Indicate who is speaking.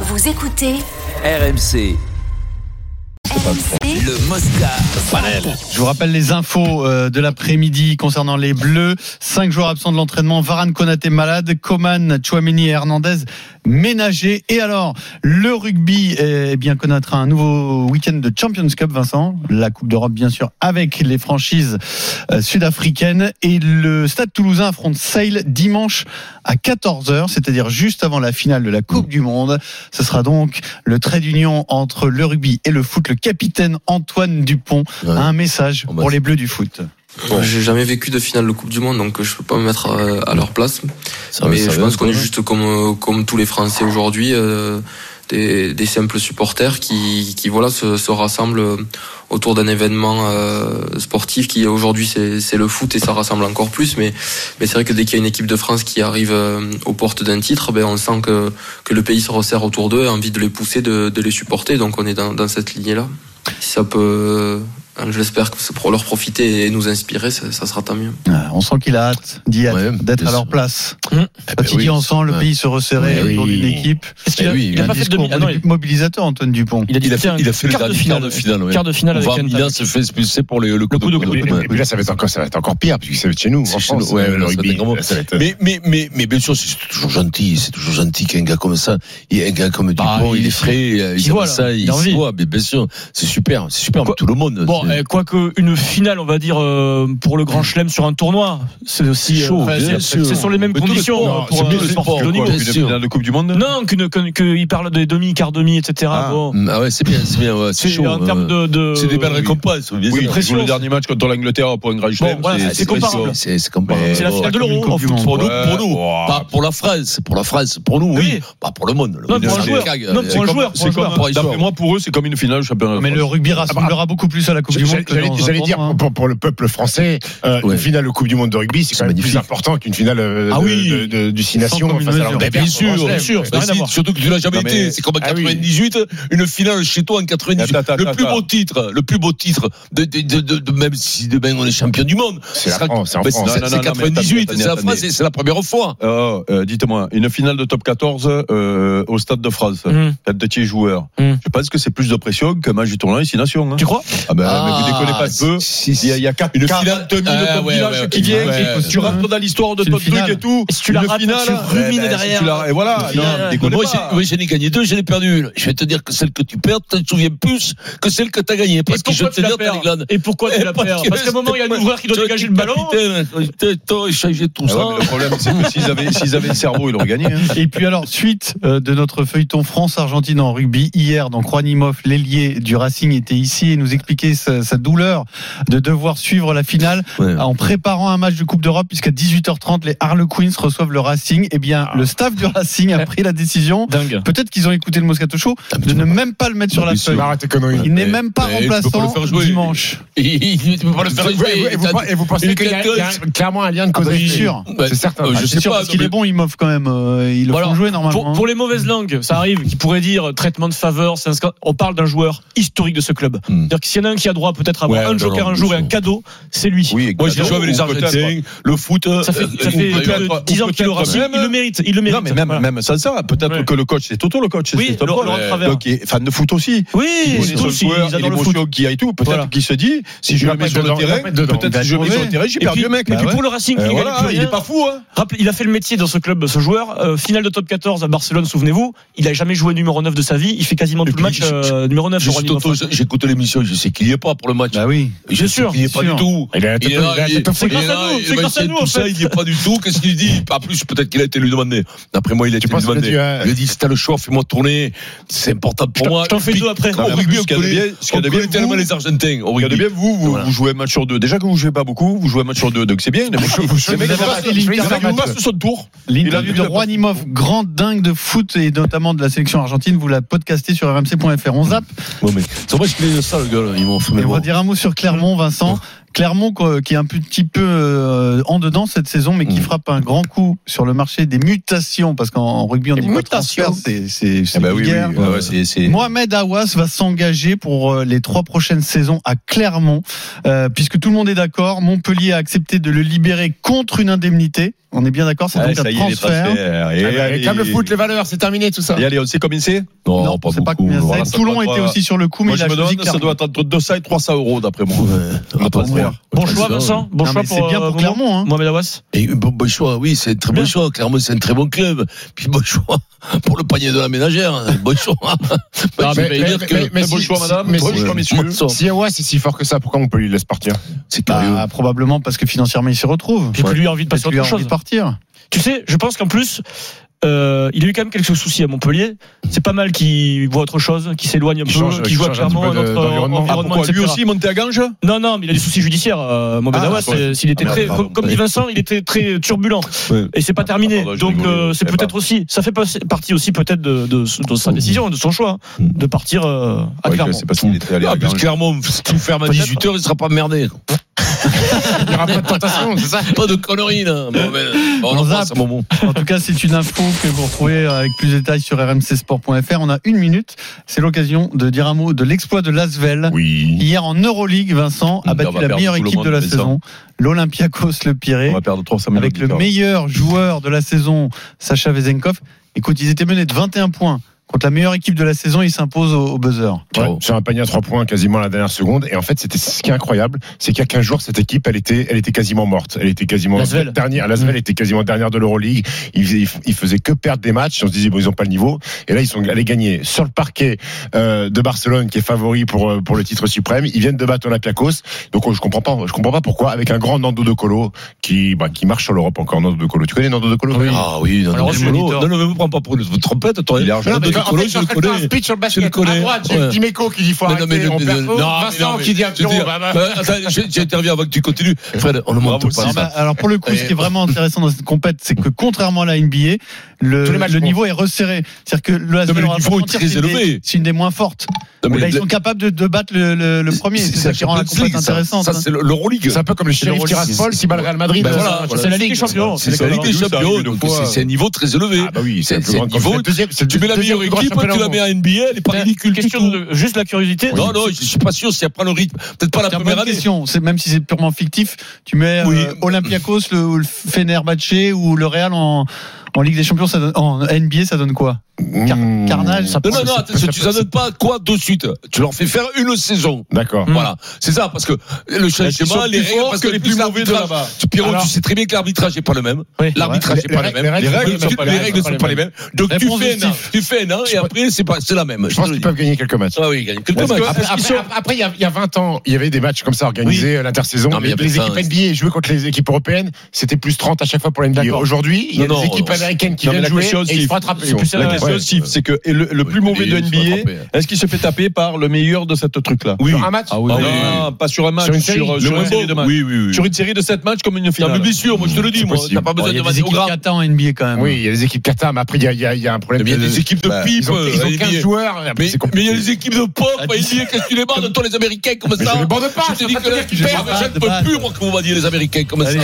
Speaker 1: Vous écoutez
Speaker 2: RMC,
Speaker 1: RMC
Speaker 2: le Mosca.
Speaker 3: Je vous rappelle les infos euh, de l'après-midi concernant les Bleus. Cinq joueurs absents de l'entraînement. Varane Konaté malade. Coman, Chouameni et Hernandez ménagés. Et alors, le rugby eh bien, connaîtra un nouveau week-end de Champions Cup, Vincent. La Coupe d'Europe, bien sûr, avec les franchises euh, sud-africaines. Et le Stade toulousain affronte Sale dimanche à 14h, c'est-à-dire juste avant la finale de la Coupe du Monde. Ce sera donc le trait d'union entre le rugby et le foot. Le capitaine Antoine Dupont
Speaker 4: Ouais.
Speaker 3: a un message
Speaker 4: Oh, bah,
Speaker 3: pour
Speaker 4: c'est-
Speaker 3: les Bleus du foot.
Speaker 4: Ouais.
Speaker 5: J'ai jamais vécu de finale de Coupe du Monde, donc euh, je peux pas me mettre à, à leur place. Mais je pense qu'on est juste comme euh, comme tous les Français aujourd'hui, euh, des, des simples supporters qui qui voilà se, se rassemblent euh, autour d'un événement euh, sportif qui aujourd'hui c'est c'est le foot et ça rassemble encore plus. Mais mais c'est vrai que dès qu'il y a une équipe de France qui arrive euh, aux portes d'un titre, ben on sent que que le pays se resserre autour d'eux, a envie de les pousser, de de les supporter. Donc on est dans dans cette lignée là. Si ça peut euh, je l'espère que c'est pour leur profiter et nous inspirer, ça, ça sera tant mieux.
Speaker 3: Ah, On sent qu'il a hâte d'y être,
Speaker 4: Ouais,
Speaker 3: d'être
Speaker 4: bien
Speaker 3: à leur
Speaker 4: sûr. Eh ben
Speaker 3: place. Quand il dit on sent le pays se resserrer
Speaker 4: Ouais,
Speaker 3: autour
Speaker 4: oui.
Speaker 3: d'une équipe.
Speaker 6: Est-ce qu'il
Speaker 4: Eh
Speaker 6: a,
Speaker 4: oui,
Speaker 6: il a
Speaker 4: un
Speaker 6: pas fait de demi
Speaker 3: Discours
Speaker 6: ah non, il,
Speaker 3: mobilisateur, Antoine Dupont.
Speaker 6: il a dit
Speaker 4: Il a fait,
Speaker 6: tiens,
Speaker 4: il a fait le
Speaker 6: quart de
Speaker 4: dernier quart de
Speaker 6: finale,
Speaker 4: finale. Ouais.
Speaker 6: quart de finale avec
Speaker 4: Vanilla
Speaker 6: Antoine.
Speaker 4: se fait expulser pour le, le coup
Speaker 6: Le
Speaker 4: de
Speaker 6: coup de coude.
Speaker 4: coude.
Speaker 6: Et
Speaker 4: Ouais.
Speaker 7: Et puis là, ça va être encore, ça va être encore pire, puisque ça va être chez nous,
Speaker 4: C'est
Speaker 7: en
Speaker 4: chez
Speaker 7: France,
Speaker 4: nous, ouais, ouais,
Speaker 7: euh,
Speaker 4: ça
Speaker 7: le
Speaker 4: va
Speaker 7: rugby.
Speaker 4: être drôle.
Speaker 7: Là, ça va être-
Speaker 4: Mais, mais, mais, mais bien sûr, c'est toujours gentil, c'est toujours gentil qu'un gars comme ça, il y a un gars comme
Speaker 6: Bah,
Speaker 4: Dupont, il,
Speaker 6: il-
Speaker 4: est frais, il,
Speaker 6: s'y voit,
Speaker 4: aime
Speaker 6: là,
Speaker 4: ça, il
Speaker 6: il a
Speaker 4: se
Speaker 6: envie.
Speaker 4: voit, mais bien sûr, c'est super, c'est super,
Speaker 6: Quoi-
Speaker 4: mais tout le monde.
Speaker 6: Bon,
Speaker 4: c'est-
Speaker 6: eh, quoique une finale, on va dire, euh, pour le grand chelem sur un tournoi, c'est aussi euh,
Speaker 4: Chaud,
Speaker 6: enfin,
Speaker 4: bien
Speaker 6: c'est-
Speaker 4: sûr.
Speaker 6: c'est sur les mêmes
Speaker 4: Mais tout le
Speaker 6: conditions
Speaker 4: sport,
Speaker 6: euh, pour
Speaker 4: c'est
Speaker 6: euh,
Speaker 4: bien
Speaker 6: le
Speaker 4: le
Speaker 6: sport
Speaker 4: sport,
Speaker 6: de
Speaker 4: quoi,
Speaker 6: haut niveau.
Speaker 4: puis de- Bien sûr.
Speaker 7: Coupe du Monde
Speaker 6: Non, qu'il parle des demi, quarts demi, etc.
Speaker 7: Ah.
Speaker 6: bon.
Speaker 4: Ah ouais, c'est bien, c'est bien, ouais, c'est
Speaker 6: C'est
Speaker 4: chaud. hein.
Speaker 6: en
Speaker 4: ouais.
Speaker 6: termes de, de-
Speaker 4: C'est des belles récompenses, bien
Speaker 7: Euh, Oui,
Speaker 4: sûr.
Speaker 7: ils jouent
Speaker 6: pression,
Speaker 7: le dernier match contre l'Angleterre pour un grand chelem.
Speaker 6: voilà, c'est comparable.
Speaker 4: C'est c'est comparable.
Speaker 6: Bah, C'est la finale de
Speaker 3: comme une
Speaker 6: l'Euro.
Speaker 3: Coupe
Speaker 6: en
Speaker 3: du Monde.
Speaker 6: foot.
Speaker 4: Pour nous,
Speaker 7: Ouais,
Speaker 4: pour nous.
Speaker 7: ouah.
Speaker 4: Pas pour la France. Pour la France. Pour nous, oui.
Speaker 6: Oui.
Speaker 4: Pas pour le monde.
Speaker 6: Non, pour un
Speaker 4: C'est
Speaker 6: joueur.
Speaker 4: cague.
Speaker 6: Non, pour un
Speaker 4: C'est
Speaker 6: joueur.
Speaker 4: comme- C'est
Speaker 6: pour
Speaker 4: comme
Speaker 6: un
Speaker 4: pour
Speaker 7: D'après
Speaker 4: l'histoire.
Speaker 7: moi, pour eux, c'est comme une finale du championnat. de
Speaker 3: Mais le
Speaker 7: France.
Speaker 3: rugby rassemblera
Speaker 6: Ah, bah,
Speaker 3: beaucoup plus à la Coupe du Monde
Speaker 7: J'allais
Speaker 3: que dans un
Speaker 7: j'allais dire,
Speaker 3: tournoi, hein.
Speaker 7: pour, pour le peuple français, euh,
Speaker 4: Ouais.
Speaker 7: une finale de Coupe du Monde de rugby, c'est
Speaker 4: C'est
Speaker 7: quand même plus
Speaker 4: magnifique.
Speaker 7: important qu'une finale euh,
Speaker 4: Ah
Speaker 7: de-
Speaker 4: oui.
Speaker 7: de- de- du Six Nations.
Speaker 3: Sans commune
Speaker 7: face à
Speaker 3: mesure.
Speaker 7: l'Angleterre.
Speaker 4: Mais bien sûr,
Speaker 7: Franchement,
Speaker 4: bien sûr.
Speaker 6: rien à
Speaker 4: Vas-y,
Speaker 6: voir.
Speaker 4: Surtout que tu l'as jamais
Speaker 7: Non, mais-
Speaker 4: été. C'est comme en
Speaker 7: Ah oui.
Speaker 4: 98, une finale chez toi en 98.
Speaker 7: Attends, attends,
Speaker 4: Le plus
Speaker 7: attends.
Speaker 4: beau titre, le plus beau titre, de, de, de, de- de- même si demain on est champion du monde.
Speaker 7: C'est la
Speaker 4: Ce sera-
Speaker 7: France, c'est en
Speaker 4: Bah,
Speaker 7: France.
Speaker 4: c'est-
Speaker 7: Non, non,
Speaker 4: C'est
Speaker 7: non, mais
Speaker 4: 98,
Speaker 7: attendez,
Speaker 4: c'est la
Speaker 7: attendez.
Speaker 4: France, et c'est la première fois.
Speaker 7: Oh, euh, dites-moi, une finale de top 14 euh, au Stade de France,
Speaker 6: Hum.
Speaker 7: Stade de Thiers joueurs.
Speaker 6: Mm.
Speaker 7: Je pense que c'est plus de pression qu'un match du tournoi ici Nations. hein.
Speaker 6: Tu crois
Speaker 7: Ah ben,
Speaker 4: Ah,
Speaker 7: mais vous déconnez pas de peu.
Speaker 4: si, si.
Speaker 7: Il y a, il y a quatre-
Speaker 4: Une
Speaker 7: 40
Speaker 4: finale-
Speaker 7: 000 de
Speaker 4: Ah,
Speaker 7: ton
Speaker 4: ouais,
Speaker 7: village
Speaker 4: ouais,
Speaker 7: qui
Speaker 4: ouais.
Speaker 7: viennent.
Speaker 4: Ouais.
Speaker 7: Tu rentres dans l'histoire de
Speaker 3: C'est
Speaker 7: ton
Speaker 3: une
Speaker 7: truc
Speaker 3: finale.
Speaker 7: et tout.
Speaker 6: Et si tu la
Speaker 7: Une
Speaker 6: rates,
Speaker 7: finale,
Speaker 6: tu rumines
Speaker 7: eh ben, si
Speaker 6: derrière.
Speaker 7: tu la- Et voilà.
Speaker 6: Une finale.
Speaker 7: Non,
Speaker 4: Ah, Mais
Speaker 7: déconnez
Speaker 4: Moi,
Speaker 7: pas.
Speaker 4: j'ai- oui, j'en ai gagné deux, j'en ai perdu une. Je vais te dire que celle que tu perds, tu te souviens plus que celle que tu as gagnée. Parce
Speaker 6: Et
Speaker 4: que je
Speaker 6: pourquoi
Speaker 4: vais te
Speaker 6: tu la
Speaker 4: dire, t'as les
Speaker 6: perds
Speaker 4: glandes.
Speaker 6: Et pourquoi tu la perds Parce qu'à un moment, il y a un ouvreur qui doit dégager le ballon.
Speaker 4: Putain, t'as échangé tout
Speaker 7: Ah ouais, mais
Speaker 4: ça.
Speaker 7: le problème, c'est que s'ils avaient, s'ils avaient le cerveau, ils l'auraient gagné. hein.
Speaker 3: Et puis alors, suite euh, de notre feuilleton France-Argentine en rugby, hier, donc Juanimoff, l'ailier du Racing, était ici et nous expliquait sa, sa douleur de devoir suivre la finale
Speaker 4: Ouais.
Speaker 3: Ah, en préparant un match de Coupe d'Europe, puisqu'à 18h30, les Harlequins reçoivent le Racing. Eh bien, le staff du Racing a pris la décision,
Speaker 6: Dingue.
Speaker 3: peut-être qu'ils ont écouté le Moscato Show,
Speaker 4: Ah, mais
Speaker 3: de
Speaker 4: tu
Speaker 3: ne
Speaker 4: peux
Speaker 3: même pas le mettre sur la
Speaker 4: Bien sûr.
Speaker 3: feuille.
Speaker 7: Mais arrête tes conneries.
Speaker 3: Il n'est
Speaker 4: Mais-
Speaker 3: même pas
Speaker 4: mais tu peux pas
Speaker 3: remplaçant
Speaker 4: le faire jouer.
Speaker 3: dimanche.
Speaker 4: Il peut pas le faire
Speaker 7: Et vous-
Speaker 4: jouer.
Speaker 7: et vous- et vous
Speaker 4: Il
Speaker 7: pensez qu'il y a-
Speaker 4: calcule.
Speaker 7: il y a un- clairement un lien de cause
Speaker 3: Ah
Speaker 7: à
Speaker 3: bah,
Speaker 7: effet.
Speaker 3: c'est sûr.
Speaker 4: Bah,
Speaker 7: C'est certain.
Speaker 4: euh,
Speaker 7: Ah,
Speaker 4: Je
Speaker 3: C'est
Speaker 4: sais
Speaker 3: sûr,
Speaker 4: pas.
Speaker 3: parce qu'il est
Speaker 4: non,
Speaker 3: bon, il m'offre quand même. euh, ils le
Speaker 6: Voilà.
Speaker 3: font jouer normalement.
Speaker 6: Pour, pour les mauvaises langues, ça arrive, qui pourraient dire traitement de faveur, c'est un scan- on parle d'un joueur historique de ce club.
Speaker 4: Hmm.
Speaker 6: C'est-à-dire que s'il y en a un qui a droit peut-être à avoir
Speaker 4: Ouais,
Speaker 6: un
Speaker 4: non,
Speaker 6: joker
Speaker 4: non,
Speaker 6: un jour et un
Speaker 4: bien sûr.
Speaker 6: cadeau, c'est lui.
Speaker 4: Moi,
Speaker 7: Oui,
Speaker 4: j'ai
Speaker 7: exactement.
Speaker 4: joué avec les
Speaker 7: Ou peut-être-
Speaker 4: Argentins, le foot.
Speaker 6: Ça fait,
Speaker 4: euh,
Speaker 6: ça fait
Speaker 4: ou
Speaker 6: plus de
Speaker 4: peut-être-
Speaker 6: 10 ans qu'il
Speaker 7: peut-être
Speaker 6: aura su,
Speaker 7: même-
Speaker 6: il le mérite, il le mérite.
Speaker 7: Non, mais même,
Speaker 6: Voilà.
Speaker 7: même sans ça, peut-être
Speaker 6: Ouais.
Speaker 7: que le coach, c'est Toto le coach.
Speaker 6: Oui,
Speaker 7: c'est Toto.
Speaker 6: Laurent- Laurent Travers.
Speaker 7: Donc, il est fan de foot aussi.
Speaker 6: Oui,
Speaker 7: connaît
Speaker 6: c'est
Speaker 7: son
Speaker 6: tous, ils
Speaker 7: joueur, il
Speaker 6: adorent
Speaker 7: est
Speaker 6: le
Speaker 7: beau
Speaker 6: foot.
Speaker 7: show qui a et tout.
Speaker 6: Voilà.
Speaker 7: Peut-être qu'il se dit, si je va le mets pas sur être le dedans, il terrain, va pas être dedans.
Speaker 3: Il va
Speaker 7: peut-être si je le mets
Speaker 3: être
Speaker 7: sur le
Speaker 3: mauvais.
Speaker 7: terrain, j'ai
Speaker 6: Et
Speaker 7: perdu
Speaker 6: puis-
Speaker 7: le mec.
Speaker 6: Et
Speaker 7: Bah
Speaker 6: puis
Speaker 7: ouais.
Speaker 6: pour le Racing,
Speaker 7: Euh,
Speaker 6: il, gagne
Speaker 7: voilà,
Speaker 6: plus
Speaker 7: il est
Speaker 6: rien.
Speaker 7: pas fou, hein.
Speaker 6: Rappelez, il a fait le métier dans ce club, ce joueur. Euh, finale de top 14 à Barcelone, souvenez-vous. Il a jamais joué numéro 9 de sa vie. Il fait quasiment
Speaker 4: Et
Speaker 6: tout le
Speaker 4: puis,
Speaker 6: match
Speaker 4: je-
Speaker 6: euh, numéro 9.
Speaker 4: Je suis Toto, je- j'écoute l'émission, je sais qu'il n'y est pas pour le match.
Speaker 3: Bah oui.
Speaker 4: Je
Speaker 6: bien
Speaker 4: sais
Speaker 6: sûr,
Speaker 4: qu'il n'y est
Speaker 3: bien
Speaker 4: pas
Speaker 3: sûr.
Speaker 4: du tout.
Speaker 7: Il a
Speaker 4: Il est là, il-
Speaker 6: C'est
Speaker 4: il est
Speaker 6: grâce à
Speaker 4: là,
Speaker 6: nous,
Speaker 4: il
Speaker 6: c'est
Speaker 4: va
Speaker 6: grâce à
Speaker 4: essayer
Speaker 6: nous,
Speaker 4: tout
Speaker 6: en
Speaker 4: ça,
Speaker 6: fait.
Speaker 4: il n'y est pas du tout. Qu'est-ce qu'il dit Pas plus, peut-être qu'il a été lui demander. D'après moi, il a été lui
Speaker 7: penses qu'il a
Speaker 4: demander.
Speaker 7: dit, ouais.
Speaker 4: Il a dit si t'as le choix, fais-moi tourner. C'est important pour
Speaker 6: Je t'en-
Speaker 4: moi.
Speaker 6: je t'en fais
Speaker 4: Puis,
Speaker 6: deux après.
Speaker 4: Au
Speaker 7: Non, mais en
Speaker 4: rugby,
Speaker 7: plus,
Speaker 4: on
Speaker 7: ce qu'il y a de
Speaker 4: connaît-
Speaker 7: bien- ce qu'il y
Speaker 4: on
Speaker 7: a de
Speaker 4: connaît
Speaker 7: bien,
Speaker 4: tellement
Speaker 7: vous-
Speaker 4: les Argentins. Au
Speaker 7: Regardez
Speaker 4: rugby.
Speaker 7: bien, vous, vous,
Speaker 4: Voilà. Ah,
Speaker 7: vous jouez un match sur deux. Déjà que vous jouez pas beaucoup, vous jouez un match sur deux. Donc c'est bien. Les mecs, les mecs,
Speaker 3: vous
Speaker 7: ils
Speaker 3: avez
Speaker 7: passent-
Speaker 3: raté
Speaker 7: les mecs,
Speaker 3: l'intermatch.
Speaker 7: ils passent son tour. Il a
Speaker 3: L'interview
Speaker 7: vu
Speaker 3: de
Speaker 7: la
Speaker 3: Juan Imhoff, grand dingue de foot et notamment de la sélection argentine, vous la podcastez sur rmc.fr. On
Speaker 4: Bah
Speaker 3: zappe
Speaker 4: Ouais, mais C'est moi, je connais ça, le gars. là. Ils m'ont fait
Speaker 3: et on va
Speaker 4: bon.
Speaker 3: dire un mot sur Clermont, Vincent. Clermont quoi, qui est un petit peu euh, en dedans cette saison, mais qui
Speaker 4: Mm.
Speaker 3: frappe un grand coup sur le marché des mutations, parce qu'en rugby on dit pas transfert, c'est c'est
Speaker 7: Ah
Speaker 3: c'est
Speaker 7: bah oui, oui,
Speaker 3: vulgaire.
Speaker 7: ouais, ouais, c'est- c'est-
Speaker 3: Mohamed Awas va s'engager pour euh, les trois prochaines saisons à Clermont, euh, puisque tout le monde est d'accord, Montpellier a accepté de le libérer contre une indemnité. On est bien d'accord, c'est
Speaker 7: Ah,
Speaker 3: donc
Speaker 7: ça
Speaker 3: un
Speaker 7: y est, les
Speaker 3: transfert.
Speaker 7: transferts. Et allez.
Speaker 2: Comme le foot, les valeurs, c'est terminé tout ça.
Speaker 7: Et allez, on sait combien c'est
Speaker 4: Non,
Speaker 3: Non,
Speaker 4: pas
Speaker 3: c'est pas
Speaker 4: beaucoup.
Speaker 3: combien
Speaker 4: voilà,
Speaker 3: c'est.
Speaker 4: ça
Speaker 3: Toulon
Speaker 4: doit
Speaker 3: était
Speaker 4: pas-
Speaker 3: aussi sur le coup, mais
Speaker 7: Moi,
Speaker 3: il
Speaker 7: je
Speaker 3: a
Speaker 7: me
Speaker 3: choisi
Speaker 7: demande, ça
Speaker 3: Clermont.
Speaker 7: doit être entre 200 et 300 euros, d'après moi.
Speaker 4: Ah, pas de
Speaker 7: Transfert.
Speaker 4: frère.
Speaker 6: Bon
Speaker 4: Pas de
Speaker 6: choix,
Speaker 4: frère.
Speaker 6: Vincent. Bon
Speaker 3: Non,
Speaker 6: choix
Speaker 3: mais c'est
Speaker 6: pour,
Speaker 3: bien
Speaker 6: euh,
Speaker 3: pour
Speaker 6: Momo.
Speaker 3: Clermont. hein.
Speaker 6: Mohamed Awas.
Speaker 4: Et bon, bon choix, oui, c'est un très
Speaker 6: Bien.
Speaker 4: bon choix. Clairement, c'est un très bon club. Puis bon choix pour le panier de la ménagère. hein, Bon choix.
Speaker 2: Non,
Speaker 4: Je
Speaker 2: mais-
Speaker 4: vais
Speaker 2: mais-
Speaker 4: dire que-
Speaker 2: mais- mais
Speaker 4: bon
Speaker 2: si-
Speaker 4: choix,
Speaker 2: si-
Speaker 4: madame.
Speaker 2: mais
Speaker 4: Bon
Speaker 2: si-
Speaker 4: choix, messieurs.
Speaker 2: Si Awas est si fort que ça, pourquoi on peut lui laisser partir
Speaker 4: C'est curieux.
Speaker 3: Bah, probablement parce que financièrement, il s'y retrouve.
Speaker 6: Puis lui a envie de
Speaker 3: Parce
Speaker 6: passer à
Speaker 3: qu'il lui a
Speaker 6: autre
Speaker 3: envie
Speaker 6: chose.
Speaker 3: de partir.
Speaker 6: Tu sais, je pense qu'en plus, euh, il a eu quand même quelques soucis à Montpellier. C'est pas mal qu'il voit autre chose, qu'il s'éloigne un
Speaker 2: Qu'il
Speaker 6: peu,
Speaker 2: change-
Speaker 6: qu'il
Speaker 2: qu'il
Speaker 6: voit
Speaker 2: change un
Speaker 6: clairement
Speaker 2: petit
Speaker 6: un
Speaker 2: peu de-
Speaker 6: autre
Speaker 2: d'environnement.
Speaker 6: environnement,
Speaker 7: Ah, pourquoi lui
Speaker 6: etc.
Speaker 7: aussi, il montait à Gange
Speaker 6: Non, non, mais il a des soucis judiciaires, euh, Mohamed
Speaker 7: Ah,
Speaker 6: Awas.
Speaker 7: d'accord.
Speaker 6: euh, S'il était
Speaker 7: Ah,
Speaker 6: très,
Speaker 7: merde, pardon.
Speaker 6: comme dit Vincent, il était très turbulent.
Speaker 7: Ouais.
Speaker 6: Et c'est pas terminé.
Speaker 7: pardon, je
Speaker 6: Donc
Speaker 7: rigolais.
Speaker 6: euh, c'est
Speaker 7: Eh
Speaker 6: peut-être aussi, ça fait pas- partie aussi peut-être de, de, de sa décision, de son choix, hein, de partir euh, à
Speaker 7: Ouais,
Speaker 6: Clermont.
Speaker 7: C'est parce qu'il était allé
Speaker 4: Ah,
Speaker 7: à
Speaker 4: parce que
Speaker 7: Gange.
Speaker 4: Clermont, si tout ferme à
Speaker 6: Peut-être.
Speaker 4: 18h, il sera pas merdé.
Speaker 2: Il n'y aura pas de tentation, c'est ça
Speaker 4: Pas de conneries, là. Bon, ben, on
Speaker 3: On
Speaker 4: en passe
Speaker 3: zappe.
Speaker 4: un moment.
Speaker 3: En tout cas, c'est une info que vous retrouvez euh, avec plus de détails sur rmcsport.fr. On a une minute. C'est l'occasion de dire un mot de l'exploit de Lasvel.
Speaker 7: Oui.
Speaker 3: Hier en Euroleague, Vincent a
Speaker 7: On
Speaker 3: battu
Speaker 7: va
Speaker 3: la
Speaker 7: perdre
Speaker 3: meilleure
Speaker 7: tout le
Speaker 3: équipe de
Speaker 7: monde,
Speaker 3: la
Speaker 7: Vincent.
Speaker 3: saison, l'Olympiakos Le Piré,
Speaker 7: On va perdre 300 000
Speaker 3: avec le
Speaker 7: auditeurs.
Speaker 3: meilleur joueur de la saison, Sacha Vezenkov. Écoute, ils étaient menés de 21 points. Contre la meilleure équipe de la saison, ils s'imposent au, au buzzer.
Speaker 2: Ouais,
Speaker 4: Bravo.
Speaker 2: Sur un panier à 3 points quasiment à la dernière seconde. Et en fait, c'était ce qui est incroyable, c'est qu'il y a 15 jours, cette équipe, elle était, elle était quasiment morte. Elle était quasiment
Speaker 6: L'Asvel.
Speaker 2: dernière. L'Asvel était quasiment dernière de l'Euroleague. Ils, faisaient- ils f- ils faisaient que perdre des matchs. On se disait, bon, ils ont pas le niveau. Et là, ils sont allés gagner sur le parquet euh, de Barcelone, qui est favori pour, euh, pour le titre suprême. Ils viennent de battre Olympiakos. Donc, oh, je comprends pas, je comprends pas pourquoi, avec un grand Nando de Colo qui, bah, qui marche sur l'Europe encore. Nando de Colo. Tu connais Nando de Colo
Speaker 4: Ah oui, non,
Speaker 6: Alors,
Speaker 4: non, mais
Speaker 6: je
Speaker 4: Colo-
Speaker 6: monitor.
Speaker 4: non, non, mais vous prends pas pour une trompette, toi.
Speaker 7: Il est
Speaker 2: Non,
Speaker 7: argentin.
Speaker 2: mais
Speaker 4: Nando
Speaker 2: en
Speaker 4: Di Colo,
Speaker 2: fait, je
Speaker 4: je
Speaker 2: suis en
Speaker 4: le
Speaker 2: train de faire un
Speaker 4: connais.
Speaker 2: speech sur le
Speaker 4: Je le
Speaker 2: basket.
Speaker 4: connais.
Speaker 2: À droite, j'ai
Speaker 4: Ouais.
Speaker 2: Dimeco qui dit faut
Speaker 4: Mais
Speaker 2: arrêter.
Speaker 4: non, mais le-
Speaker 2: on
Speaker 4: le-
Speaker 2: perd
Speaker 4: le- non,
Speaker 2: faux.
Speaker 4: mais non,
Speaker 2: Vincent
Speaker 4: mais-
Speaker 2: qui dit à
Speaker 4: je veux
Speaker 2: Pierrot,
Speaker 4: dire,
Speaker 2: bah, bah,
Speaker 4: bah, attends, j'ai- j'ai interviens avant que tu continues. Fred, on ne monte pas
Speaker 3: Alors,
Speaker 4: ça.
Speaker 3: bah, alors, pour le coup, ce qui
Speaker 4: Et-
Speaker 3: est vraiment intéressant dans cette compète, c'est que contrairement à la NBA, le,
Speaker 2: Tous les matchs
Speaker 3: le
Speaker 2: comptent.
Speaker 3: niveau est resserré. C'est-à-dire que le Lasvel,
Speaker 4: mais le
Speaker 3: on va
Speaker 4: niveau
Speaker 3: pas
Speaker 4: est
Speaker 3: mentir,
Speaker 4: très
Speaker 3: c'est une des-
Speaker 4: élevé.
Speaker 3: C'est une des moins fortes.
Speaker 4: Non, mais
Speaker 3: Là, Bah, ils
Speaker 4: le-
Speaker 3: sont capables de, de battre le, le- le premier. C'est ça qui rend la
Speaker 4: Champions League,
Speaker 3: compète
Speaker 4: ça.
Speaker 3: intéressante.
Speaker 4: Ça,
Speaker 3: hein.
Speaker 4: c'est le- l'Euroleague.
Speaker 2: C'est un peu comme le shérif
Speaker 4: l'Euroleague,
Speaker 2: Tiraspol
Speaker 4: c'est-
Speaker 2: qui bat le Real Madrid.
Speaker 4: Ben
Speaker 2: euh,
Speaker 4: voilà,
Speaker 2: sur-
Speaker 4: voilà.
Speaker 2: sur
Speaker 6: C'est la Ligue des Champions.
Speaker 4: C'est la
Speaker 6: d'accord.
Speaker 4: Ligue des
Speaker 7: Nous, ça
Speaker 4: Champions,
Speaker 7: arrive une
Speaker 4: donc
Speaker 7: fois.
Speaker 4: c'est- c'est un niveau très élevé.
Speaker 2: Ah bah oui,
Speaker 4: C'est-
Speaker 2: c'est
Speaker 4: c'est
Speaker 2: le
Speaker 4: un niveau- Tu mets la meilleure équipe, tu la mets à NBA, elle est pas ridicule du
Speaker 6: Question
Speaker 4: tout.
Speaker 6: de, juste la curiosité.
Speaker 4: Non, non, je suis pas sûr si elle prend le rythme. Peut-être pas la
Speaker 3: C'est une
Speaker 4: première
Speaker 3: bonne
Speaker 4: année.
Speaker 3: question. C'est même si c'est purement fictif, tu mets euh,
Speaker 4: Oui.
Speaker 3: Olympiakos, le, ou le Fenerbahçe ou le Real en, en Ligue des Champions, ça donne, en NBA, ça donne quoi Car- Carnage, ça
Speaker 4: Hmm. Non, non, non, attention, tu
Speaker 2: ça-
Speaker 4: n'en donnes pas quoi de suite. Tu leur fais faire une saison.
Speaker 2: D'accord.
Speaker 4: Voilà, c'est ça, parce que le changement, les règles, parce que les plus l'arbitrage. Tu- Pierrot, tu sais très bien que l'arbitrage n'est pas le même.
Speaker 6: Oui.
Speaker 4: L'arbitrage n'est
Speaker 2: Les-
Speaker 4: pas
Speaker 2: les
Speaker 4: le même.
Speaker 2: règles-
Speaker 4: Les
Speaker 2: les règles
Speaker 4: règles
Speaker 2: sont pas les mêmes.
Speaker 4: ne sont pas les mêmes. Donc tu
Speaker 3: Réponse
Speaker 4: fais
Speaker 3: de
Speaker 4: un an, tu fais un an, et après c'est pas, c'est la même.
Speaker 2: Je pense qu'ils peuvent gagner quelques matchs.
Speaker 4: Ah oui, gagne. Quelques
Speaker 2: Parce que
Speaker 4: matchs.
Speaker 2: après, après- après, il y a- il y a 20 ans, il y avait des matchs comme ça organisés à l'intersaison.
Speaker 4: Non, mais il y avait
Speaker 2: Les
Speaker 4: ça,
Speaker 2: équipes
Speaker 4: ouais.
Speaker 2: NBA jouaient contre les équipes européennes. C'était plus 30 à chaque fois pour la NBA.
Speaker 4: D'accord.
Speaker 2: Aujourd'hui, il y a
Speaker 4: Non, non,
Speaker 2: des équipes
Speaker 4: non.
Speaker 2: américaines qui
Speaker 7: Non, mais
Speaker 2: viennent
Speaker 7: la
Speaker 2: jouer
Speaker 7: question,
Speaker 2: et
Speaker 7: c'est-
Speaker 2: ils se rattrapent.
Speaker 6: c'est plus ça,
Speaker 7: La
Speaker 6: Ouais.
Speaker 7: question,
Speaker 2: Ouais.
Speaker 7: Steve, c'est que et le, le plus mauvais de NBA, est-ce qu'il se fait taper par le meilleur de cette truc-là
Speaker 4: Oui.
Speaker 2: Sur un match
Speaker 4: Ah oui.
Speaker 7: Ah
Speaker 4: oui.
Speaker 7: non, pas sur un match,
Speaker 2: Sur une
Speaker 7: sur,
Speaker 2: série.
Speaker 7: euh,
Speaker 4: Le
Speaker 7: sur
Speaker 4: moins
Speaker 7: une série
Speaker 4: beau.
Speaker 7: de matchs.
Speaker 4: Oui, oui, oui.
Speaker 7: Sur une série de 7 matchs comme une
Speaker 4: Non, mais
Speaker 7: finale.
Speaker 4: bien sûr, moi je te le dis,
Speaker 2: C'est
Speaker 4: moi,
Speaker 2: possible.
Speaker 4: t'as pas
Speaker 3: Bon,
Speaker 4: besoin
Speaker 3: il y
Speaker 4: de
Speaker 3: a des
Speaker 4: match au
Speaker 3: équipes
Speaker 4: gras.
Speaker 3: qui attendent en NBA quand même.
Speaker 2: Ah Oui, il y a des équipes Qatar, mais après, il y a- il y a il y a un problème.
Speaker 4: Mais il y a
Speaker 2: de-
Speaker 4: des équipes de
Speaker 7: Bah,
Speaker 4: pipe.
Speaker 2: Ils ont, ils ont
Speaker 4: euh,
Speaker 2: 15
Speaker 4: NBA.
Speaker 2: joueurs. Mais,
Speaker 4: Mais
Speaker 2: c'est
Speaker 4: mais il y
Speaker 2: compliqué.
Speaker 4: a des équipes de pop
Speaker 3: Ah,
Speaker 4: à NBA, qu'est-ce que tu les bandes, toi, les Américains, comme
Speaker 2: Mais
Speaker 4: ça
Speaker 2: je les bande pas,
Speaker 4: Je
Speaker 2: je
Speaker 4: te dis
Speaker 2: vais pas
Speaker 4: que
Speaker 2: te
Speaker 4: là,
Speaker 2: dire
Speaker 4: tu
Speaker 2: qu'ils
Speaker 4: perds,
Speaker 3: perdent.
Speaker 4: je ne peux plus, moi, que vous dire les Américains comme ça.
Speaker 3: Allez,